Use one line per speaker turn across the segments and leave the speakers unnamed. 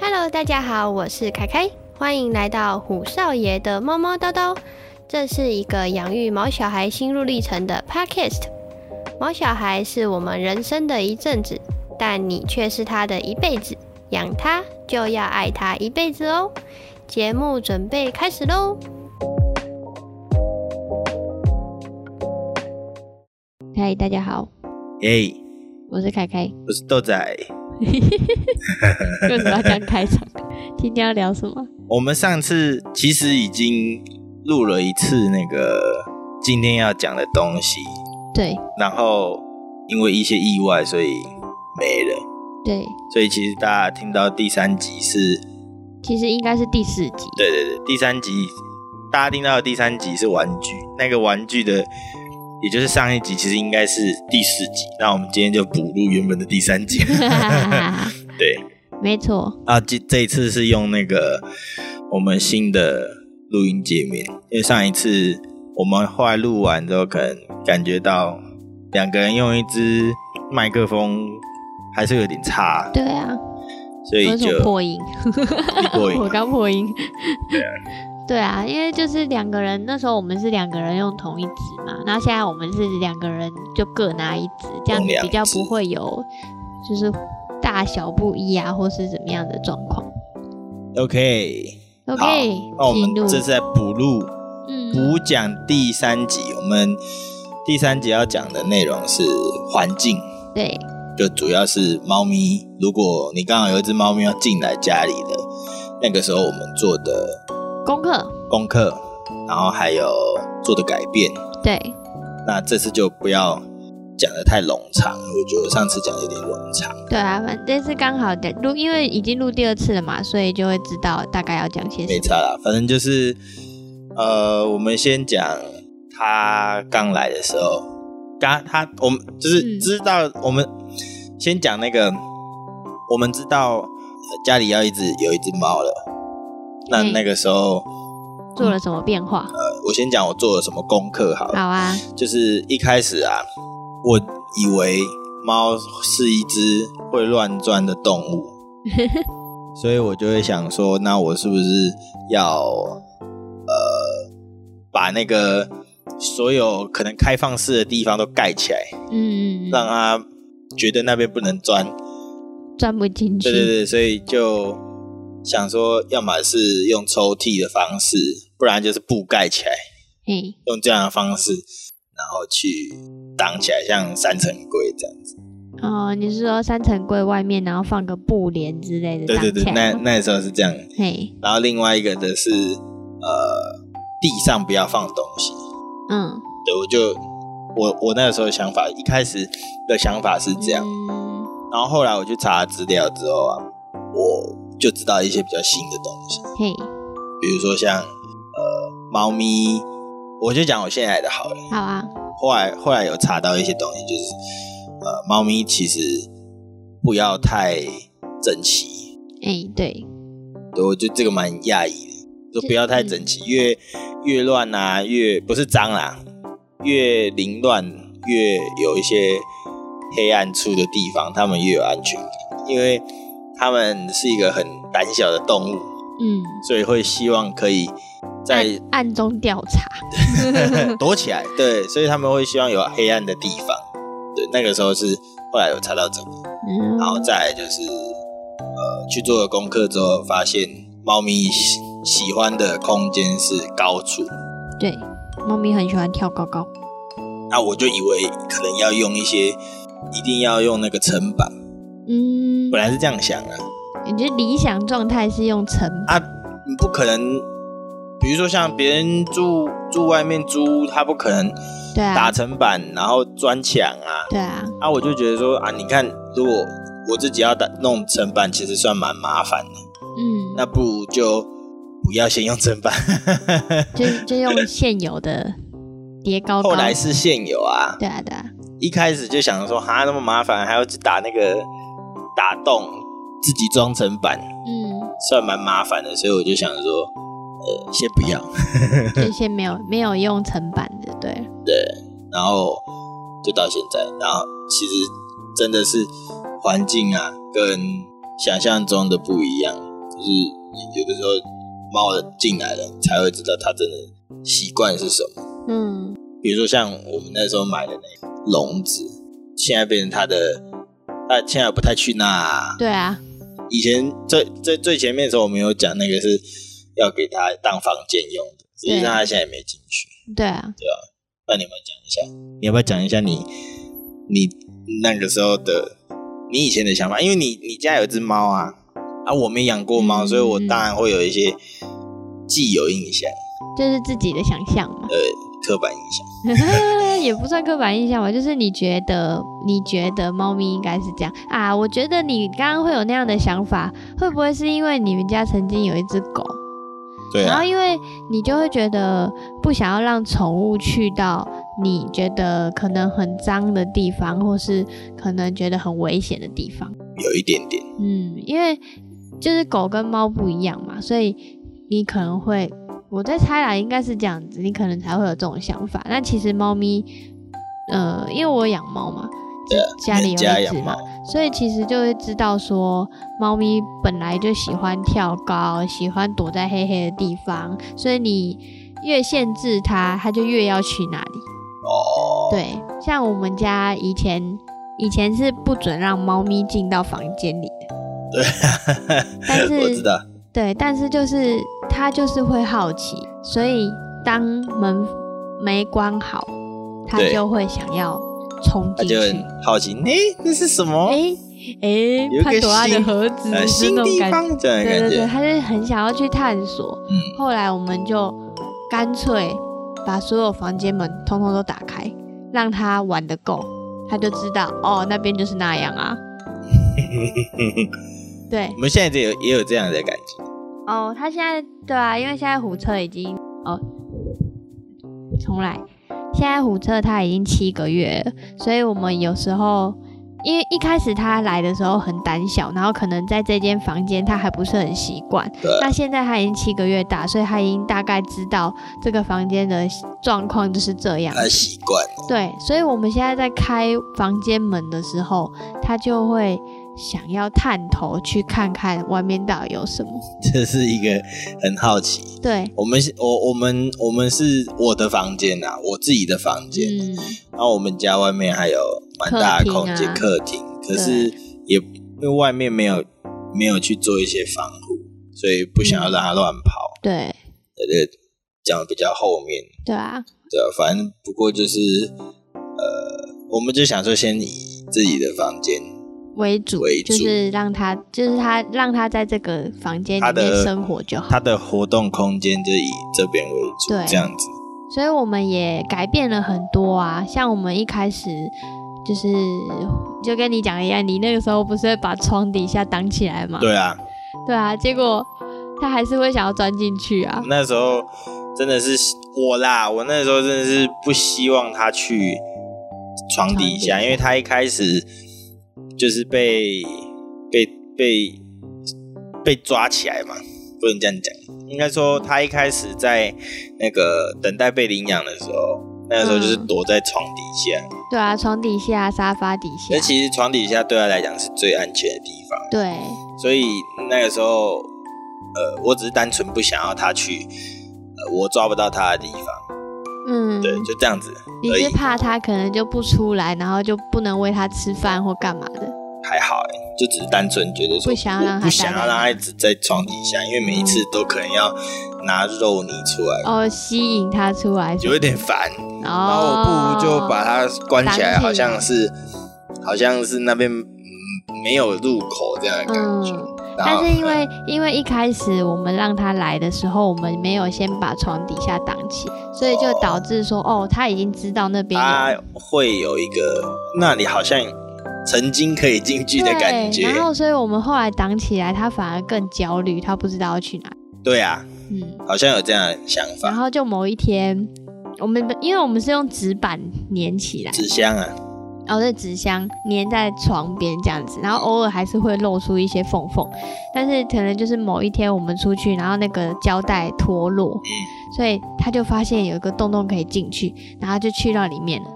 Hello，大家好，我是凯凯，欢迎来到虎少爷的猫猫叨叨。这是一个养育毛小孩心路历程的 Podcast。毛小孩是我们人生的一阵子，但你却是他的一辈子。养他就要爱他一辈子哦。节目准备开始喽！嗨，大家好，
耶、
我是凯凯。
我是豆仔。
为什么要这样开场？ 今天要聊什么？
我们上次其实已经录了一次那个今天要讲的东西，
对
然后因为一些意外，所以没了。
对，
所以其实大家听到第三集是，
其实应该是第四集。
对对对，第三集大家听到的第三集是玩具，那个玩具的，也就是上一集其实应该是第四集，那我们今天就补录原本的第三集。对，
没错，
啊，这这一次是用那个我们新的录音界面，因为上一次我们后来录完之后，可能感觉到两个人用一支麦克风还是有点差，
对啊，
所以
我
就啊
怎么破音？
破音
我刚破音。对啊，因为就是两个人，那时候我们是两个人用同一支嘛，那现在我们是两个人就各拿一支，这样子
用两
比较不
支
会有就是大小不一啊，或是怎么样的状况。
OK。好
OK，，
那我们
进入
这次来补录
嗯
补讲第三集，我们第三集要讲的内容是环境。
对
就主要是猫咪。如果你刚好有一只猫咪要进来家里的，那个时候我们做的
功课
功课，然后还有做的改变，
对
那这次就不要讲的太冗长。我觉得上次讲得有点冗长，
对啊，反正这次刚好的录，因为已经录第二次了嘛，所以就会知道大概要讲些什
没
么。
差啦。反正就是，呃，我们先讲它刚来的时候，刚它我们就是
嗯
知道、我们先讲那个，我们知道呃家里要一只有一只猫了。那
嗯
那个时候，
做了什么变化？
我先讲我做了什么功课好了，
好啊，
就是一开始啊，我以为猫是一只会乱钻的动物，所以我就会想说，那我是不是要呃把那个所有可能开放式的地方都盖起来，
嗯，
让它觉得那边不能钻，
钻不进去。
对对对，所以就想说，要么是用抽屉的方式，不然就是布盖起来，
嘿，
用这样的方式，然后去挡起来，像三层柜这样子。
哦，你是说三层柜外面，然后放个布帘之类的
对对对，
挡起来
那
吗
那时候是这样。
嘿，
然后另外一个的是，呃，地上不要放东西。
嗯，
对，我就我我那个时候的想法，一开始的想法是这样，
嗯
然后后来我去查资料之后啊，我就知道一些比较新的东西。
嘿，
比如说像呃猫咪，我就讲我现在的好了。
好啊，
后来后来有查到一些东西，就是呃猫咪其实不要太整齐，
哎，对，
对我觉得这个蛮讶异的，就不要太整齐，越越乱啊，越不是脏啦，越凌乱越有一些黑暗处的地方，它们越有安全感，因为它们是一个很胆小的动物，
嗯，
所以会希望可以在
暗中调查，
躲起来，对，所以他们会希望有黑暗的地方。对，那个时候是后来有查到这个，
嗯
然，后再来就是呃去做了功课之后，发现猫咪喜喜欢的空间是高处，
对，猫咪很喜欢跳高高，
那我就以为可能要用一些，一定要用那个层板，
嗯，
本来是这样想的
你觉得理想状态是用层
啊，你不可能，比如说像别人住住外面租屋，他不可能
对啊
打，层板然后钻墙啊，
对啊，
啊，我就觉得说啊，你看，如果我自己要打弄层板，其实算蛮麻烦的，
嗯，
那不如就不要先用层板。
就就 用现有的叠高高，
后来是现有啊，
对啊对啊，
一开始就想说哈那么麻烦，还要去打那个打洞，自己装层板，
嗯，
算蛮麻烦的，所以我就想说，呃，先不要，
就先没有没有用层板的，对了，
然后就到现在，然后其实真的是环境啊，跟想象中的不一样。就是有的时候猫的进来了，你才会知道它真的习惯是什么。
嗯
比如说像我们那时候买的那个笼子，现在变成它的，它现在不太去那、啊，。
对啊，
以前最最最前面的时候，我们有讲那个是要给它当房间用的，只
对
是它现在也没进去。
对啊，
那你要不要讲一下？你要不要讲一下你你那个时候的你以前的想法？因为你你家有只猫啊，啊，我没养过猫，
嗯
所以我当然会有一些既有印象、
就是自己的想象嘛，
刻板印象。
也不算刻板印象吧，就是你觉得你觉得猫咪应该是这样啊？我觉得你刚刚会有那样的想法，会不会是因为你们家曾经有一只狗，
对
然
啊
后，因为你就会觉得不想要让宠物去到你觉得可能很脏的地方，或是可能觉得很危险的地方。
有一点点，
嗯，因为就是狗跟猫不一样嘛，所以你可能会，我在猜啦，应该是这样子，你可能才会有这种想法。那其实猫咪，呃，因为我养猫嘛，
对啊，
家里有
你
一
家养
只
猫
嘛，所以其实就会知道说，猫咪本来就喜欢跳高，喜欢躲在黑黑的地方，所以你越限制它，它就越要去那里。
哦，
对，像我们家以前以前是不准让猫咪进到房间里 的，但是
我知道，
对，但是就是它就是会好奇，所以当门没关好，它
对
就会想要冲
他
进
就
去。
很好奇，诶、那是什么？
哎哎
有一，个
潘朵拉的
新
盒子
呃，
是
新
那嗯种
地
感觉。
方这样的
对
感
对对，
觉，
他就是很想要去探索。
嗯
后来我们就干脆把所有房间门通通都打开，让他玩的够，他就知道哦，那边就是那样 啊。对
我，们现在也有也有这样的感觉，
哦，他现在对啊，因为现在虎彻已经哦，重来，现在虎彻他已经七个月了，所以我们有时候。因为一开始他来的时候很胆小，然后可能在这间房间他还不是很习惯，
对啊
那现在他已经七个月大，所以他已经大概知道这个房间的状况就是这样。
他啊习惯了，
对，所以我们现在在开房间门的时候，他就会想要探头去看看外面到底有什么。
这是一个很好奇。
对，
我们是我我们我们是我的房间啊，我自己的房间，
嗯，
然后我们家外面还有蛮大的空间，客
客啊
厅、可是也因为外面没有没有去做一些防护，所以不想要让它乱跑。
对，
对对，讲得比较后面，
对啊，
对啊，反正不过就是呃，我们就想说先以自己的房间，
为主
为主
就是让他，就是他让他在这个房间
他
里面
的
生活就好。
它的活动空间就以这边为主
对，
这样子。
所以我们也改变了很多啊，像我们一开始就是就跟你讲一样，你那个时候不是会把床底下挡起来吗？
对啊，
对啊，结果他还是会想要钻进去啊。
那时候真的是我啦，我那时候真的是不希望他去床底
床底下
下，因为他一开始就是被被被被抓起来嘛，不能这样讲，应该说他一开始在那个等待被领养的时候，那个时候就是
嗯
躲在床底下，
对啊，床底下、沙发底下
那、，其实床底下对他来讲是最安全的地方。
对
所以那个时候，呃，我只是单纯不想要他去，呃，我抓不到他的地方，
嗯，
对，就这样子
你
而
是
已，
怕他可能就不出来，然后就不能喂他吃饭或干嘛的。
还好哎、就只是单纯觉得说
不想要让
我
他
不想
待在
要让
那
他一直在床底下，因为每一次都可能要拿肉泥出来，
哦，吸引他出来是
有
吗，
一点烦，
哦、
然后我不如就把它关
挡
起来，
起来
好像是好像是那边嗯没有入口这样的感觉，
嗯
然后
但是因为因为一开始我们让他来的时候，我们没有先把床底下挡起，所以就导致说，哦，他已经知道那边有。
它会有一个那里好像曾经可以进去的感
对，
觉，
然后所以我们后来挡起来，他反而更焦虑，他不知道要去哪里。
对啊，
嗯，
好像有这样的想
然
法。
后就某一天，我们因为我们是用纸板粘起来，
纸箱啊，
然后这纸箱粘在床边这样子，然后偶尔还是会露出一些缝缝，但是可能就是某一天我们出去，然后那个胶带脱落，所以他就发现有一个洞洞可以进去，然后就去到里面了。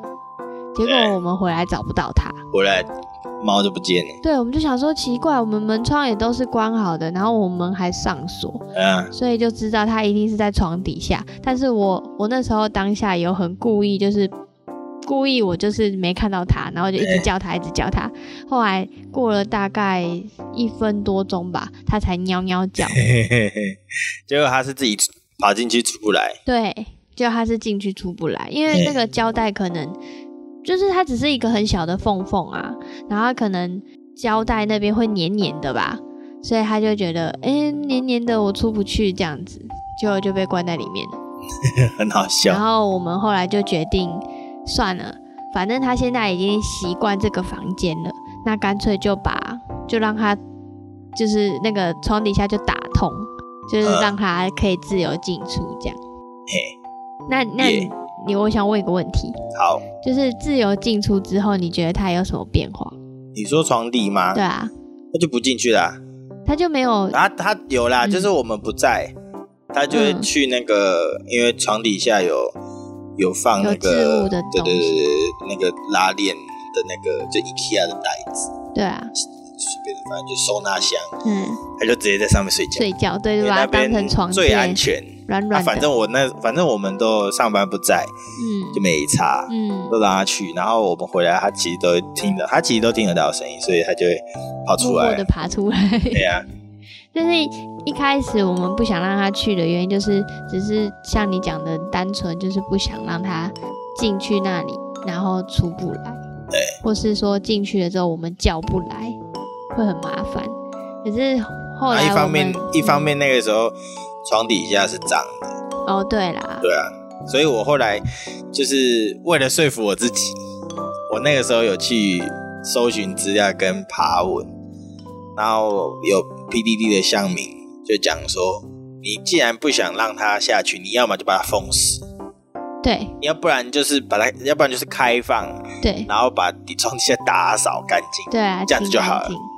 结果
对
我们回来找不到他，
回来猫就不见了。
对，我们就想说奇怪，我们门窗也都是关好的，然后我们还上锁，
啊，
所以就知道它一定是在床底下。但是我我那时候当下有很故意，就是故意我就是没看到它，然后就一直
对
叫它，一直叫它。后来过了大概一分多钟吧，它才喵喵叫。
嘿嘿嘿， 结果它是自己爬进去出不来，
对，就它是进去出不来，因为那个胶带可能就是它只是一个很小的缝缝啊，然后它可能胶带那边会黏黏的吧，所以它就觉得哎、诶黏黏的我出不去这样子，就就被关在里面了。
很好
然
笑。
后我们后来就决定算了，反正他现在已经习惯这个房间了，那干脆就把就让他就是那个床底下就打通，就是
嗯
让他可以自由进出这样。那那
也
你你我想问一个问题，
好，
就是自由进出之后，你觉得他有什么变化？
你说床底吗？
对啊，
它就不进去啦。
他就没有
啊，它有啦，
嗯
就是我们不在，它就会
嗯
去那个，因为床底下有有放
有
那
置
个，
物的
对对对
东西
对，对那个拉链的那个就 IKEA 的袋子，
对啊，
随便反正就收纳箱，
嗯，
它就直接在上面睡觉。
睡觉对
因
对
为
吧？
那
当
边
成床
最安
垫，
全。
软
啊，
软
反
的，
正我那反正我们都上班不在，就
嗯
没差，
嗯，
都让它去。然后我们回来，它其实都听得，它其实都听得到声音，所以它就会跑出
默默
来
的。爬出来。
对啊呀、
就是一开始我们不想让他去的原因，就是只是像你讲的单纯，就是不想让他进去那里，然后出不来，
对，
或是说进去了之后我们叫不来，会很麻烦。可是后来我
然后啊一
们
方面一方
嗯
面那个时候床底下是脏的，
哦，对啦，
对啊，所以我后来就是为了说服我自己，我那个时候有去搜寻资料跟爬文，然后有 PDD 的乡民就讲说，你既然不想让它下去，你要么就把它封死，
对
要不然就是把它，要不然就是开放，
对
然后把底床底下打扫干净。
对啊，
这样子就好了
清干净。
对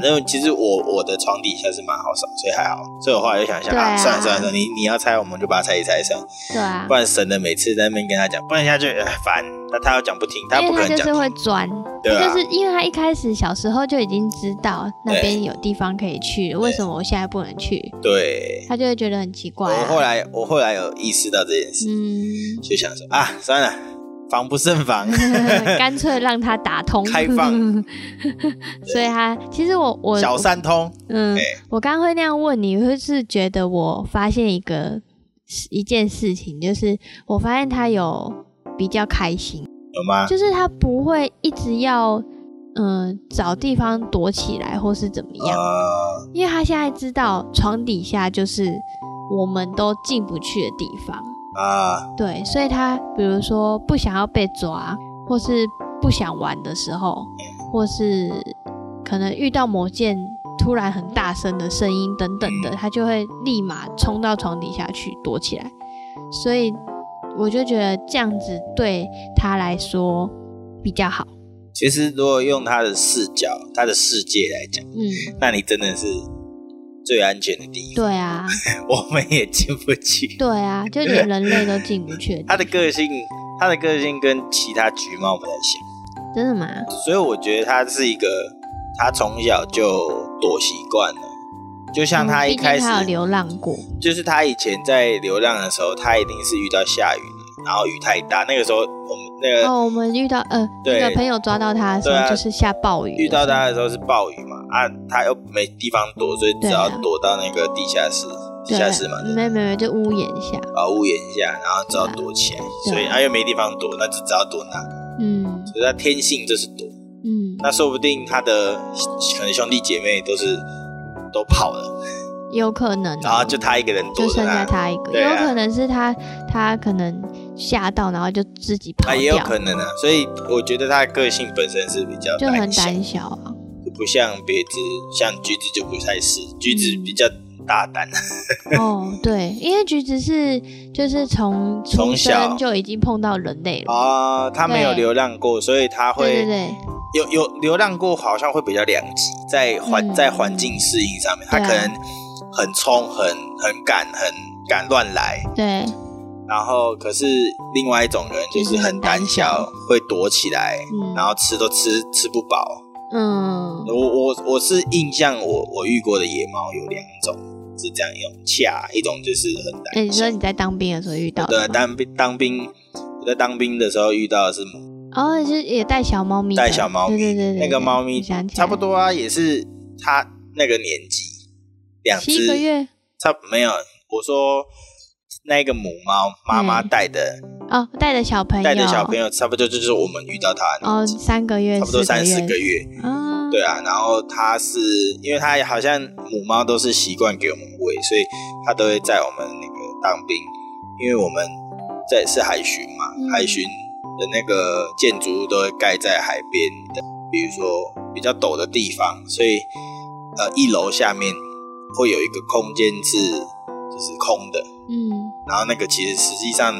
嗯，
正其实我我的床底下是蛮好扫，所以还好。所以我后来就想想
对啊
啊，算了算了，算了你你要拆我们就把它拆一拆算了，
对啊
不，然省得每次在那边跟他讲，不然下去哎烦。那他要讲不听，他
因
不
为
可
他
能
就
讲
是
听，
会钻，
对啊
就，是因为他一开始小时候就已经知道那
对
边有地方可以去，为什么我现在不能去？
对。
他就会觉得很奇怪、
我
啊。
后来我后来有意识到这件事，
嗯，
就想说啊，算了，防不胜防。
干脆让他打通
开放，
所以他其实我我
小三通，
嗯
哎，
我刚刚会那样问你，会是觉得我发现一个一件事情，就是我发现他有比较开心，
有吗？
就是他不会一直要嗯、找地方躲起来或是怎么样，
呃，
因为他现在知道床底下就是我们都进不去的地方。
啊，
对，所以他比如说不想要被抓，或是不想玩的时候，或是可能遇到某件突然很大声的声音等等的，他就会立马冲到床底下去躲起来。所以我就觉得这样子对他来说比较好。
其实如果用他的视角、他的世界来讲，
嗯，
那你真的是最安全的地方，
对啊，
我们也进不去。
对啊，就连人类都进不去，
他的个性，他的个性跟其他橘猫不太像，
真的吗？
所以我觉得他是一个，他从小就躲习惯了。就像他
嗯
一
毕竟
开始，
他有流浪过，
就是他以前在流浪的时候，他一定是遇到下雨的，然后雨太大，那个时候我们那个
哦，我们遇到呃，
对
那个朋友抓到他的时候，
对啊
就是下暴雨的时候，
遇到他的时候是暴雨嘛，啊，他又没地方躲，所以只
对
好
啊
躲到那个地下室，地
对，啊
下室嘛，
没没没，就屋檐下，
啊，屋檐下，然后只好躲起来，
对啊
所以他又没地方躲，那就只好躲那，
嗯
所以他天性就是躲。
嗯，
那说不定他的可能兄弟姐妹都是都跑了，
有可能哦、
然啊后就他一个人躲
就
着
剩下
那，
他一个，
对啊
有可能是他他可能吓到，然后就自己跑
啊，
掉，
也有可能啊。所以我觉得他的个性本身是比较
就很
小，
胆小啊，
就不像别只，像橘子就不太是，
嗯
橘子比较大 胆，
哦，对，因为橘子是就是从出
从小
生就已经碰到人类了，
啊，他没有
对
流浪过，所以他会
对对对，
有有流浪过，好像会比较两极，在环、
嗯
在环境适应上面，他
对啊
可能很冲、很很敢、很敢乱来，
对
然后可是另外一种人就
就
是很胆
是很胆
小，会躲起来，
嗯
然后吃都吃吃不饱，
嗯，
我我我是印象我我遇过的野猫有两种，是这样一种恰，一种就是很
哎、
难
你说
想。
你在当兵的时候遇到的
对，
吗？
啊当兵当兵，我在当兵的时候遇到的是
哦，是也带小猫咪的，
带小猫咪，
对对对对，
那个
对
猫
我
咪
想起来
差不多啊，也是它那个年纪，两
七个
只
月
差没有，我说那个母猫妈妈
嗯
带的
哦，带着小朋友，
带着小朋友，差不多就是我们遇到它的
哦，
年纪，
三个月，
嗯差不多三四
四
个
月
月，
啊，
对啊，然后它是因为它好像母猫都是习惯给我们喂，所以它都会在我们那个当兵，因为我们在是海巡嘛，
嗯
海巡的那个建筑物都会盖在海边的，比如说比较陡的地方，所以呃一楼下面会有一个空间是就是空的，
嗯，
然后那个其实实际上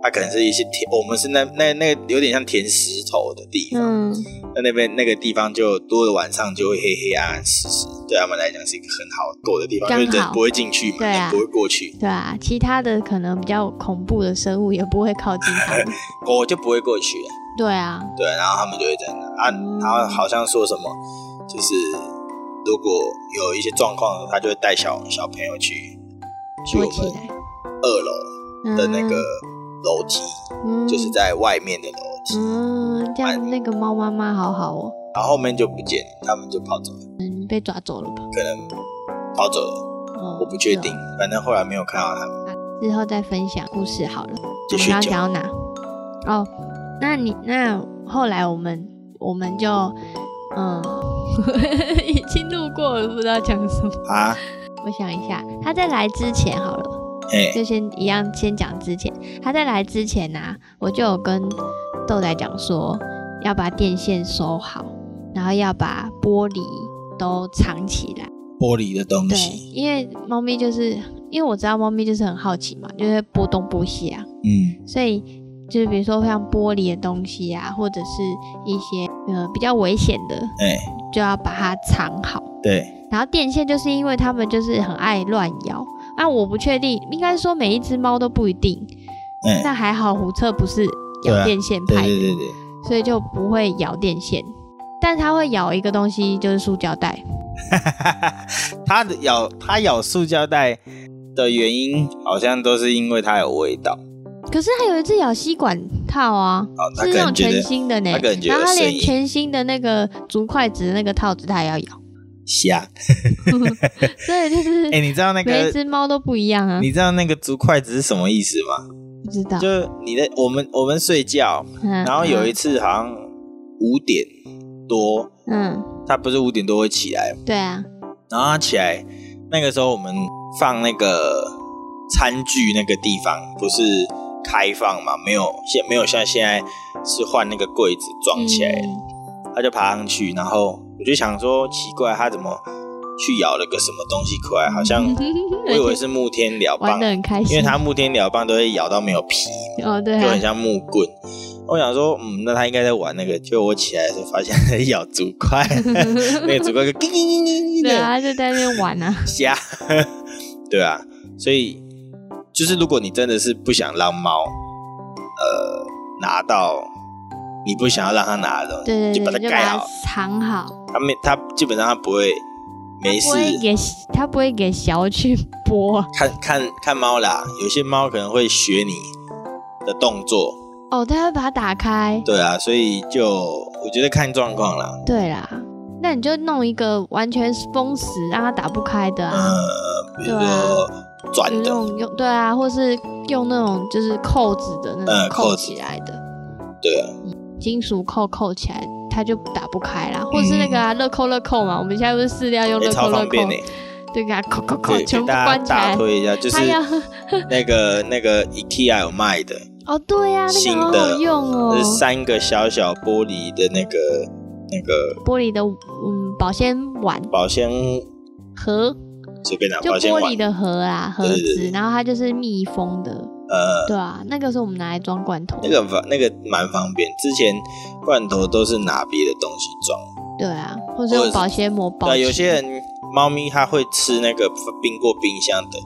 它可能是一些填，我们是那那那个有点像填石头的地方，
嗯
那那边那个地方就多的晚上就会黑黑暗暗湿湿，对他们来讲是一个很好躲的地方，
刚
因
好
为人不会进去嘛，
对啊
人不会过去，
对啊，其他的可能比较恐怖的生物也不会靠近 它们。
狗就不会过去了。
对啊，
对，然后他们就会在那啊
嗯，
然后好像说什么，就是如果有一些状况，他就会带小小朋友去去
躲
我
起
们
来
二楼的那个楼梯，
嗯
就是在外面的楼梯，
嗯，这样那个猫妈妈好好哦，
然后后面就不见，他们就跑走了，
嗯，被抓走了吧？
跑走了，
哦
我不确定
是哦，
反正后来没有看到他们。
之后再分享故事好了。
继
我们
续
要
讲
讲到哪？哦，那你那后来我们我们就嗯， 已经路过了，不知道讲什么。
啊，
我想一下，他在来之前好了，
哎，
就先一样先讲之前。他在来之前呐、我就有跟豆仔讲说，要把电线收好，然后要把玻璃都藏起来。
玻璃的东
对
西，，
因为猫咪就是因为我知道猫咪就是很好奇嘛，就是波东波西啊。
嗯
所以就是比如说像玻璃的东西啊，或者是一些呃比较危险的，
哎，
就要把它藏好。
对，
然后电线就是因为它们就是很爱乱咬，那、我不确定，应该说每一只猫都不一定，
哎，
但还好虎彻不是
对
咬
啊
电线
对
派的，
对对对，
所以就不会咬电线。但它会咬一个东西，就是塑胶袋。
它的咬它咬塑胶袋的原因，好像都是因为它有味道，
可是还有一只咬吸管套啊，
哦，它
是
可
那
能
种
觉
全
得
新的呢。
它可能觉得
然后它
有
连
声音
全新的那个竹筷子的那个套子，它也要咬。
虾。
对，就是
哎、你知道那
每一
个
只猫都不一样啊。
你知道那个竹筷子是什么意思吗？
不知道，
就你的我们我们睡觉，
嗯
然后有一
嗯
次好像五点多，
嗯，
它不是五点多会起来吗，
对啊，
然后它起来那个时候我们放那个餐具那个地方不是开放嘛，没有现没有像现在是换那个柜子装起来的
嗯
他就爬上去，然后我就想说奇怪，他怎么去咬了个什么东西过来？好像
嗯
我以为是木天蓼
玩
棒
的，很开心，
因为它木天蓼棒都会咬到没有皮，
哦对
就
啊，
很像木棍。我想说，嗯，那他应该在玩那个。结果我起来的时候发现它在咬竹 筷，那个竹筷就叮叮叮叮叮
对
的
啊，就在那边玩 啊，
虾，对啊，所以就是如果你真的是不想让猫，呃，拿到你不想要让它拿的东西，
对对
就把
对，
它
就
盖
把
好
它。藏好，
他没他基本上他不会没
不
事
会给它不会给小去 拨
看看看猫啦，有些猫可能会学你的动作，
哦，它会把它打开，
对啊，所以就我觉得看状况啦，
对啦，那你就弄一个完全封死让它打不开的啊，
呃，比如
对
说转
就
的，
用用对啊，或是用那种就是扣子的那
嗯
种
扣
扣
子
起来的，
对啊，
金属扣扣起来，它就打不开啦，或是那个啊乐、扣乐扣嘛，我们现在不是饲料用
嗯也
乐扣
超
乐
方
扣，
便呢、欸
对，给它扣扣扣
对，，
全部
给大
关
家
起来
大。推一下，就是
它要
那个那个 IKEA 有卖的，
哦，对呀、那
新
个好
的
好用哦
就是，三个小小玻璃的那个那个
玻璃的嗯保鲜碗
保鲜
盒，
随便拿
就
保鲜
玻
碗
璃，的盒啊盒
对对
子，然后它就是密封的，
呃，
对啊，那个是我们拿来装罐头，
那个很方那个蛮方便，之前罐头都是拿别的东西装。
对啊，或者
或者
用
是
保鲜膜包
对，
起来，
有些人猫咪它会吃那个冰过冰箱的，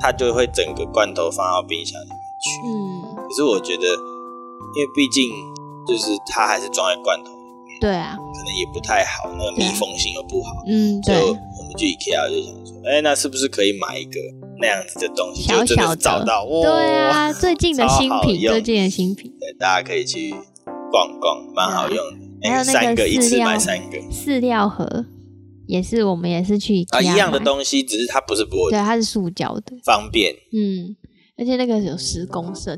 它就会整个罐头放到冰箱里面去。
嗯，
可是我觉得，因为毕竟就是它还是装在罐头，
对啊，
可可能也不太好，那个密封性又不好，
嗯，
就
对，
我们去 IKEA 就想说，哎、那是不是可以买一个那样子的东西？
小
就真的
小
是
的，
找到，哇、
对啊，最近的
哦超
新
好
品，
用
最近的新品，
对大家可以去逛逛，蛮好用的。
还有那个
三个一
饲
次
料
买三个
饲料盒也是我们也是去
啊，
IKEA
一样的
买
东西，只是它不是玻
对，
璃，
它是塑胶的，
方便，
嗯，而且那个有十公升，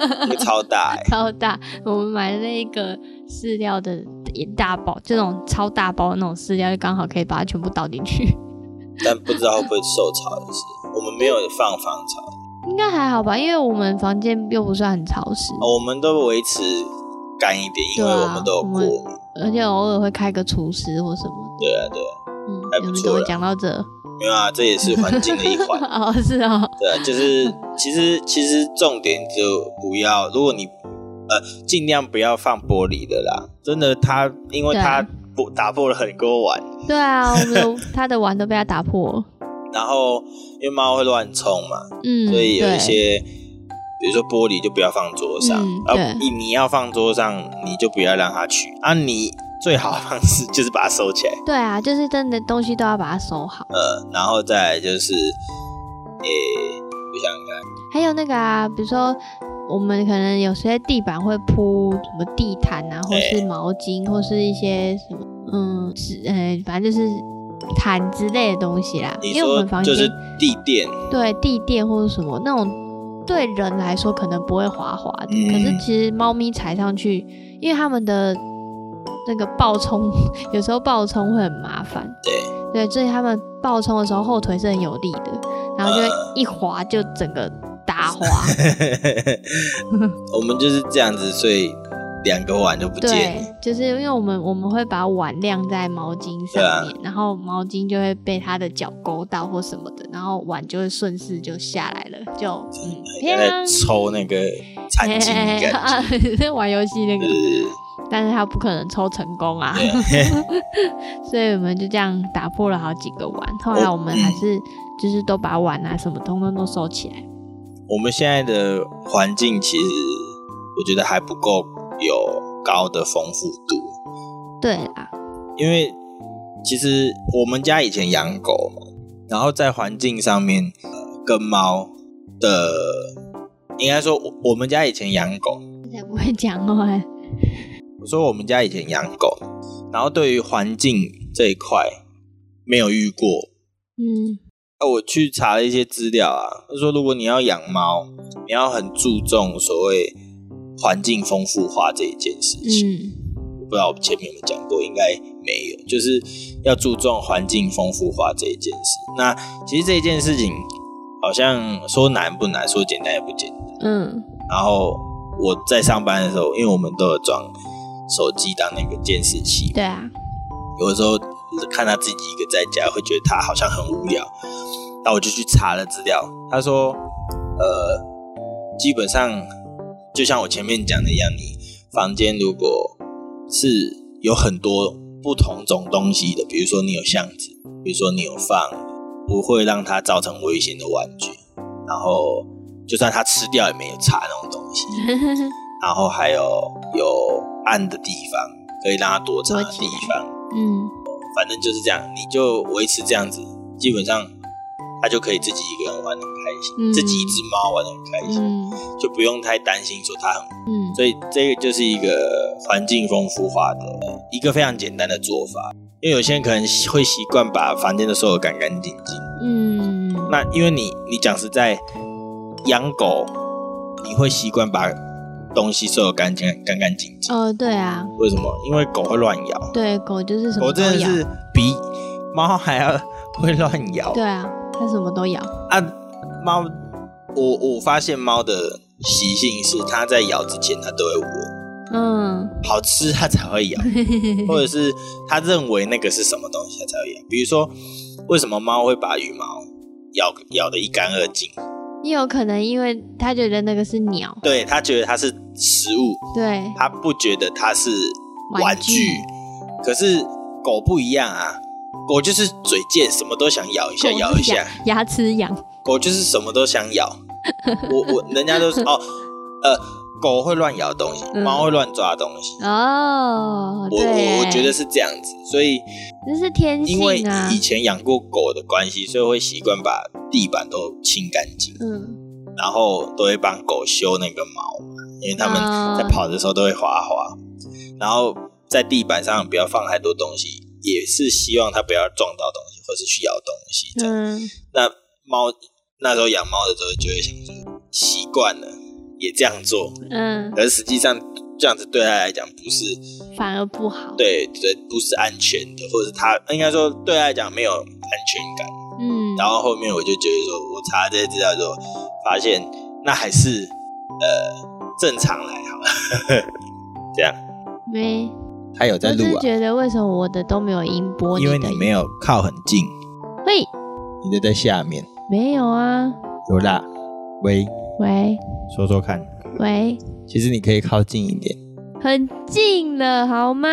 那个超大、欸，
超大。我们买的那个饲料的一大包，这种超大包的那种饲料，就刚好可以把它全部倒进去。
但不知道会不会受潮也是，我们没有放防潮，
应该还好吧，因为我们房间又不算很潮湿，
哦我们都维持干一点，因为
对啊
我们都有过敏。
而且偶尔会开个除湿或什么的。
对啊，对啊，
嗯
还，不
我们
错
都会
啦
讲到这。
没有啊，这也是环境的一 环。啊
哦，是哦，
对啊，就是其实其实重点就不要，如果你呃尽量不要放玻璃的啦，真的它因为
对啊
它不打破了很多碗，
对啊，我们 的它的碗都被它打破了。
然后因为猫会乱冲嘛，
嗯，
所以有一
对
些，比如说玻璃就不要放桌上
嗯，
啊
对，
你你要放桌上，你就不要让它去啊，你最好的方式就是把它收起来，
对啊，就是真的东西都要把它收好。
呃，然后再来就是，诶、我想想看，
还有那个啊，比如说我们可能有些地板会铺什么地毯啊，或是毛巾，或是一些什么嗯纸，呃，反正就是毯之类的东西啦。
你
因为我
说
们房间、
就是地垫，
对地垫或者什么那种，对人来说可能不会滑滑的，
嗯
可是其实猫咪踩上去，因为它们的那个爆冲， 有时候爆冲会很麻烦。
对，
对，所以他们爆冲的时候后腿是很有力的，然后就
啊
会一滑就整个打滑。
我们就是这样子，所以两个碗就不见
对
了，，
就是因为我们我们会把碗晾在毛巾上
对啊
面，然后毛巾就会被它的脚勾到或什么的，然后碗就会顺势就下来了，就嗯，
现在抽那个餐巾的感 觉，
在啊玩游戏那个，
就是
但是他不可能抽成功啊， 所以我们就这样打破了好几个碗。后来我们还是就是都把碗啊什么通通都收起来。
我们现在的环境其实我觉得还不够有高的丰富度，
对啦，
因为其实我们家以前养狗嘛，然后在环境上面、呃跟猫的，应该说我我们家以前养狗，
才不会讲话。
我说我们家以前养狗，然后对于环境这一块没有遇过，
嗯，
啊，我去查了一些资料啊，他说如果你要养猫，你要很注重所谓环境丰富化这一件事情。
嗯，
不知道我前面有没有讲过，应该没有，就是要注重环境丰富化这一件事。那其实这一件事情好像说难不难，说简单也不简单。
嗯，
然后我在上班的时候，因为我们都有装手机当那个监视器嘛
对啊，
有的时候看他自己一个在家，会觉得他好像很无聊。那我就去查了资料，他说，呃，基本上就像我前面讲的一样，你房间如果是有很多不同种东西的，比如说你有箱子，比如说你有放不会让它造成危险的玩具，然后就算它吃掉也没有差那种东西，然后还有有暗的地方可以让它躲藏的
躲起
地
来
方，
嗯，
反正就是这样，你就维持这样子，基本上它就可以自己一个人玩得很开心，
嗯
自己一只猫玩得很开心，
嗯，
就不用太担心说它很。
嗯，
所以这个就是一个环境丰富化的一个非常简单的做法，因为有些人可能会习惯把房间的所有干干净净。
嗯，
那因为你你讲实在，养狗你会习惯把东西收有干净干干净净，
哦，对啊，
为什么？因为狗会乱咬。
对，狗就是什么都
狗真的
咬，
是比猫还要 会乱咬
对啊，它什么都咬，
啊！猫，我我发现猫的习性是它在咬之前它都会闻，
嗯，
好吃它才会 咬，或者是它认为那个是什么东西它才会咬。比如说，为什么猫会把羽毛咬咬得一干二净？
也有可能因为它觉得那个是鸟，
对，它觉得它是食物，
对，
它不觉得它是玩
玩
具。
具
可是狗不一样啊，狗就是嘴贱，什么都想咬一下，
狗
咬
是
一下。
牙牙齿痒，
狗就是什么都想咬。我我人家都是哦，呃，狗会乱咬东西，
嗯
猫会乱抓东西。
哦，
我
对，
我我觉得是这样子，所以
这是天
因为
性啊
以，前养过狗的关系，所以会习惯把地板都清干净，
嗯，
然后都会帮狗修那个毛嘛，因为它们
啊
在跑的时候都会滑滑，然后在地板上不要放太多东西，也是希望它不要撞到东西或是去咬东西这样。
嗯，
那猫那时候养猫的时候就会想说，习惯了也这样做，
嗯，
可是实际上这样子对它来讲不是
反而不好。，
对对不是安全的，或者是它应该说对它来讲没有安全感。
嗯，
然后后面我就觉得说，我查这些资料之后发现，那还是呃正常来好了， 这样。
没，
他有
我只是觉得为什么我的都没有音波，
啊因为
你
你
的
没有靠很近，
喂，
你的在下面。
没有啊，
有啦，喂，
喂
说说看，
喂，
其实你可以靠近一点。
很近了好吗？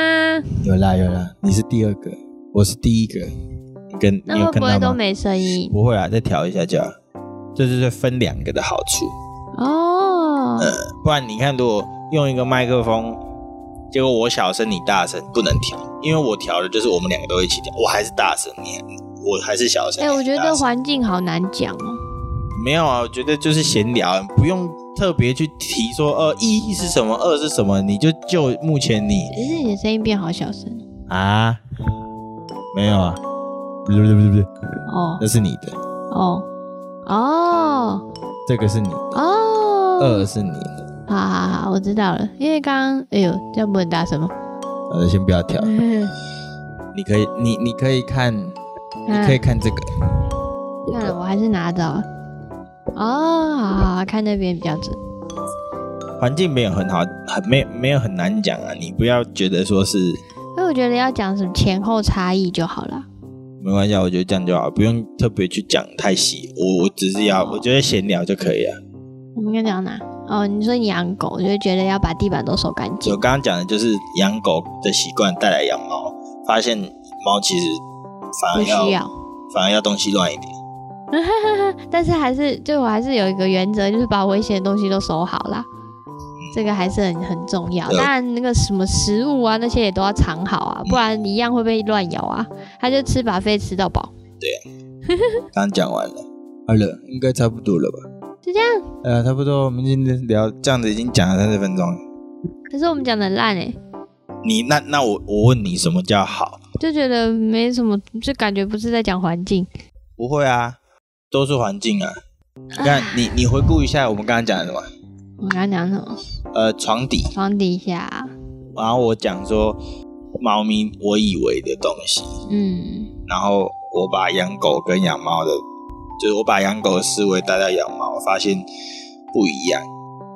有啦有啦，你是第二个，我是第一个。你跟
那
你有
会
看
不会
到
都
吗？
没声音？
不会啊，再调一下就好。这就是分两个的好处，
哦，
不然你看，如果用一个麦克风，结果我小声你大声，不能调，因为我调的就是我们两个都一起调，我还是大声，你我还是小声。
哎，
你
我觉
大
得
声
环境好难讲哦。
没有啊，我觉得就是闲聊，不用特别去提说呃一是什么，二是什么，你就就目前你
只是你的声音变好小声
啊，没有啊，不是不是不是不是，
哦
那是你的，
哦哦
这个是你的，
哦，
二是你的，
好好好，我知道了，因为刚刚哎呦，这样不能大声 吗？
呃，先不要跳，你可以你你可以看，
嗯
你可以看这个，
那我还是拿着好了。哦，好好好，看那边比较准。
环境没有很好，很没没有很难讲啊，你不要觉得说是
所哎以我觉得要讲什么前后差异就好了。
没关系，啊，我觉得这样就好，不用特别去讲太细，我我只是要
哦
我觉得闲聊就可以啊了。
我们应该讲哪？哦，你说你养狗，就会觉得要把地板都收干净
我。刚刚讲的就是养狗的习惯带来养猫，发现猫其实反而
不需
要
要，
反而要东西乱一点。
但是还是就我还是有一个原则，就是把危险的东西都收好啦。这个还是很很重要。
对啊嗯
当然，那个什么食物啊，那些也都要藏好啊，不然一样会被乱咬啊。它就吃把费吃到饱，
刚刚讲完了，好了，应该差不多了吧？
就这样。
呃，差不多，我们今天聊这样子已经讲了三十分钟了。
可是我们讲的烂哎、
你那那我我问你，什么叫好？
就觉得没什么，就感觉不是在讲环境。
不会啊，都是环境啊。你看，你你回顾一下我们刚刚讲的什么？
我刚刚讲什么？
呃，床底，
床底下，啊
然后我讲说猫咪我以为的东西，
嗯
然后我把养狗跟养猫的，就是我把养狗的思维带到养猫，发现不一样。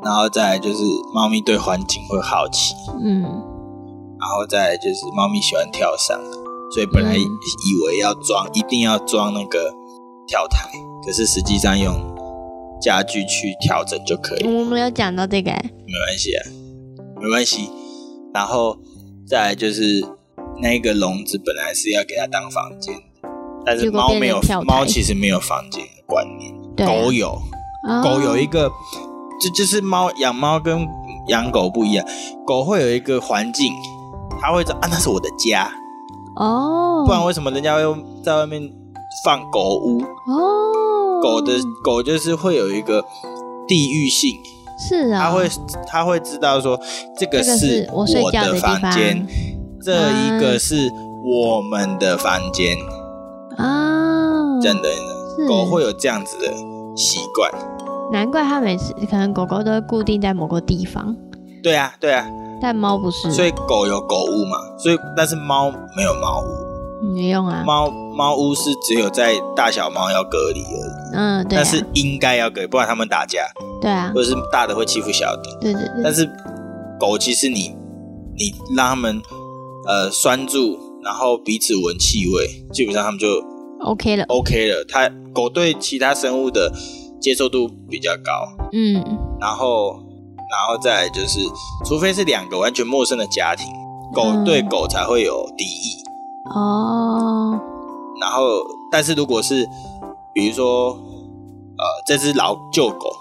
然后再来就是猫咪对环境会好奇，
嗯
然后再来就是猫咪喜欢跳伞，所以本来
嗯
以为要装，一定要装那个跳台，可是实际上用家具去调整就可以，
我没有讲到这个、欸
没关系啊，没关系。然后再来就是那个笼子本来是要给它当房间的，但是
结果
猫没
变
有
成跳，台
猫其实没有房间的观念，
对啊、
狗有，
啊
狗有一个，这就是猫养猫跟养狗不一样，狗会有一个环境，它会说啊那是我的家，
哦，
不然为什么人家会在外面放狗屋？
嗯哦，
狗的狗就是会有一个地域性，
是啊，
它会它会知道说这个
这个
是
是我睡觉
的
的地
房间
方，
这一个是我们的房间，
嗯啊，
真的呢，
是
狗会有这样子的习惯。
难怪它每次可能狗狗都会固定在某个地方，
对啊，对啊，
但猫不是，
所以狗有狗屋嘛，所以但是猫没有猫屋，
没用啊，
猫猫屋是只有在大小猫要隔离而已，
嗯，对
但
啊，
是应该要隔离，不然它们打架，
对啊，
或者是大的会欺负小的。
对对对
但，是狗其实你你让它们呃拴住，然后彼此闻气味，基本上它们就
OK 了，
OK 了。它狗对其他生物的接受度比较高，
嗯，
然后然后再来就是，除非是两个完全陌生的家庭，狗
嗯
对狗才会有敌意。
哦，
然后，但是如果是比如说，呃，这只老旧狗，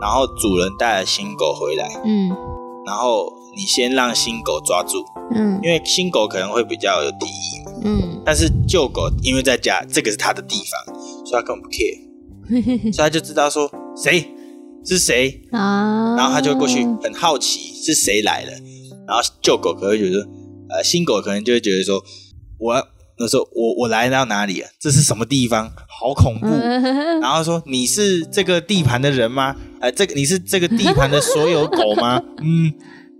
然后主人带了新狗回来，
嗯
然后你先让新狗抓住，
嗯
因为新狗可能会比较有敌意嘛，
嗯，
但是旧狗因为在家，这个是它的地方，所以它根本不 care，所以 它就知道说谁是谁，
啊，
然后它就过去很好奇是谁来了，然后旧狗可能会觉得，呃，新狗可能就会觉得说，我要那时候我我来到哪里啊？这是什么地方？好恐怖！
嗯，
然后说你是这个地盘的人吗？呃，这个你是这个地盘的所有狗 吗？嗯，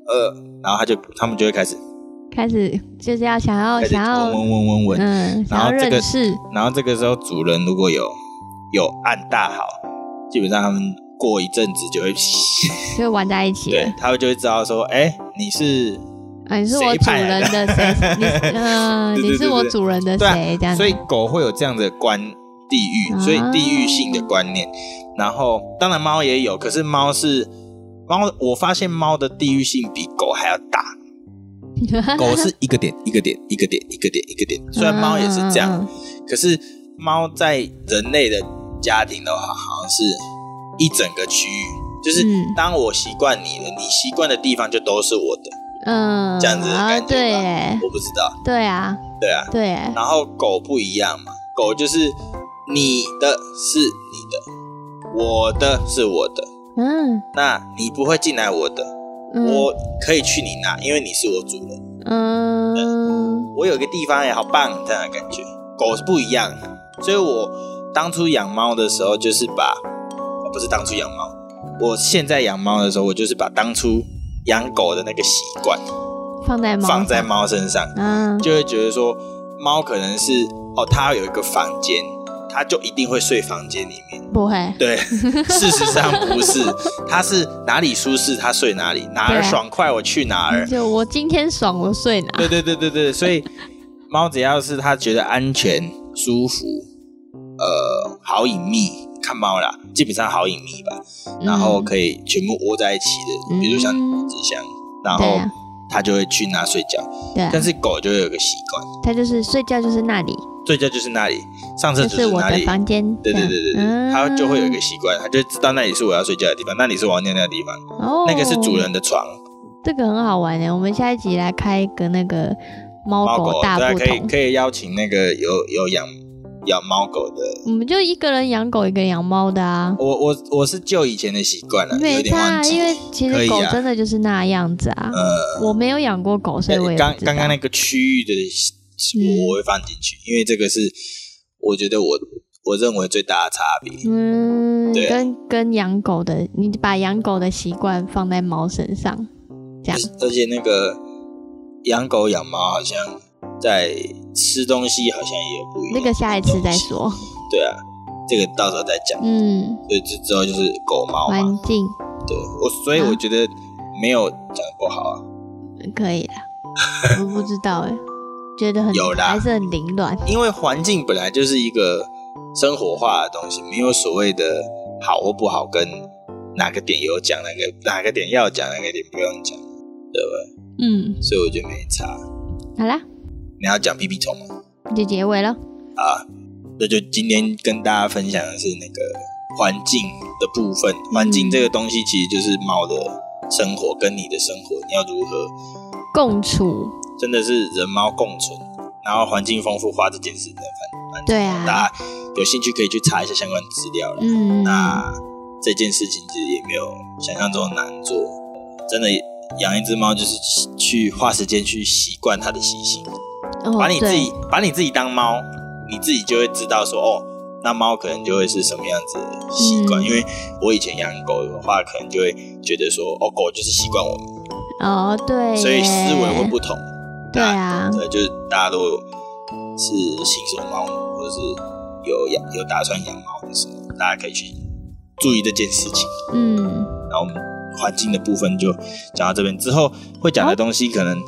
呃，然后他就他们就会开始
开始就是要想要
开始
想
闻
要
闻闻闻闻，
嗯想要
然后这个
认识，
然后这个时候主人如果有有按大好，基本上他们过一阵子就会
就玩在一起
对
了。，
他们就会知道说，哎，你是
啊，你是我
谁
主
派来
人
的
的谁？ 你嗯，
对对
你是
对
我
对
主人的
对啊
谁？这样啊子
所以狗会有这样的观地域，所以地域性的观念。然后当然猫也有，可是猫是猫，我发现猫的地域性比狗还要 大。狗是一个点一个点一个点一个点一个点，虽然猫也是这样，
嗯，
可是猫在人类的家庭的话，好像是一整个区域。就是
嗯
当我习惯你了，你习惯的地方就都是我的，
嗯，嗯
这样子的
啊
感觉吧
对耶，
我不知道，
对啊，
对啊。
对耶，
然后狗不一样嘛，狗就是你的是你的，我的是我的，
嗯，
那你不会进来我的，
嗯
我可以去你那，因为你是我主人，
嗯
我有一个地方也好棒这样的感觉。狗是不一样的，所以我当初养猫的时候就是把，呃不是当初养猫，我现在养猫的时候，我就是把当初养狗的那个习惯
放在猫
放在
上
猫身上。
嗯
就会觉得说，猫可能是哦，它有一个房间，它就一定会睡房间里面。
不会，
对，事实上不是，它是哪里舒适它睡哪里，哪
对
儿
啊
爽快我去哪儿。
就我今天爽我睡哪，
对对对对对，所以猫只要是它觉得安全、舒服，呃，好隐秘，看猫啦，基本上好隐秘吧，然后可以全部窝在一起的，比如像
嗯
纸箱，然
对
后
啊
它就会去那睡觉。
对啊，
但是狗就会有个习惯。
他就是睡觉就是那里，
睡觉就是那里，上厕
就
所
是我
哪
的
里。
房间，
对
这
对
样
对对对，
嗯
它就会有一个习惯，它就知道那里是我要睡觉的地方，那里是我要尿尿的地方，
哦，
那个是主人，的床。
这个很好玩欸的，我们下一集来开一个那个猫
猫狗
哦狗大
对啊，
不
可以
同，
可以邀请那个有有养养猫狗的。
我们就一个人养狗，一个人养猫的啊。
我我我是旧以前的习惯了，有
没
点
差
忘
啊，
记
因。为其
可
实
以
狗
啊
真的就是那样子啊。
呃，
我没有养过狗，所以我也不
刚
知道
刚刚那个区域的
嗯
我我会放进去，因为这个是我觉得我我认为最大的差别。
嗯，
对
跟跟养狗的，你把养狗的习惯放在猫身上，这样
而且那个养狗养猫好像在吃东西好像也有不一样。
那个下一次再。说。
对啊，这个到时候再讲。
嗯，
所以之之后就是狗猫嘛，
环境
对我，所以
啊
我觉得没有讲得不好啊，
可 以啦，我不知道哎、觉得很
有啦
还是很凌乱。
因为环境本来就是一个生活化的东西，没有所谓的好或不好，跟哪个点有讲，哪个哪个点要讲，哪个点不用讲，对吧？
嗯，
所以我觉得没差。
好啦，
你要讲屁屁虫吗？
就结尾了。
那就今天跟大家分享的是那个环境的部分。环境这个东西其实就是猫的生活跟你的生活，你要如何
共处，
真的是人猫共存，然后环境丰富化这件事真的蛮蛮
对啊
大家有兴趣可以去查一下相关资料啦。
嗯，
那这件事情其实也没有想象中难做，真的养一只猫就是去花时间去习惯它的习性。
哦
把你自
对
己把你自己当猫，你自己就会知道说哦，那猫可能就会是什么样子的习惯。
嗯
因为我以前养狗的话，可能就会觉得说哦，狗就是习惯我们，
哦，对耶，
所以思维会不同。
对啊，
对，就是大家如果是新手猫奴，或者是有养有打算养猫的时候，大家可以去注意这件事情。
嗯，
然后我们环境的部分就讲到这边，之后会讲的东西可能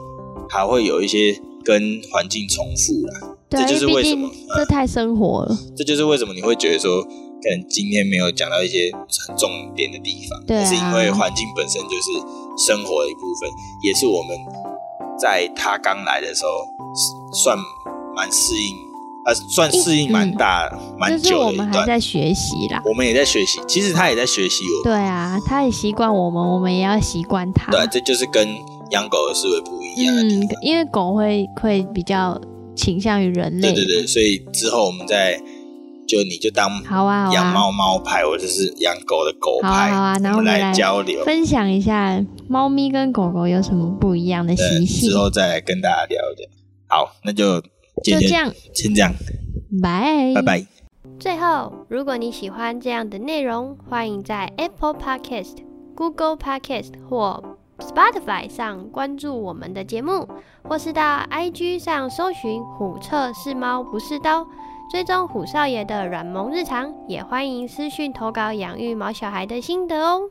还会有一些跟环境重复啦。
对啊，
这就是
因
为
毕
什么
竟这太生活了，
这就是为什么你会觉得说，可能今天没有讲到一些很重点的地方，
对啊
但是因为环境本身就是生活的一部分，也是我们在他刚来的时候是算蛮适应呃，算适应蛮大、
嗯
蛮、
就是
久
我
的
们
一
还
段。
在学习啦。
我们也在学习，其实他也在学习我。
对啊，他也习惯我们，我们也要习惯他。
对啊，这就是跟养狗的思维不一样的啊地
嗯
方。，
因为狗会会比较倾向于人类。
对对对，所以之后我们再就你就当
好啊，好
养
啊，
猫猫派，我就是养狗的狗
好啊，
派，
好啊，然
我
后
们
你
来
来
交流。
分享一下猫咪跟狗狗有什么不一样的习
对，
性
之。后再来跟大家聊一聊。好，那就今
就
天
这样，
先这样，
拜
拜。拜。
最后，如果你喜欢这样的内容，欢迎在 Apple Podcast、Google Podcast 或 Spotify 上关注我们的节目，或是到 IG 上搜寻“虎彻是猫不是刀”，追踪虎少爷的软萌日常。也欢迎私讯投稿养育毛小孩的心得哦。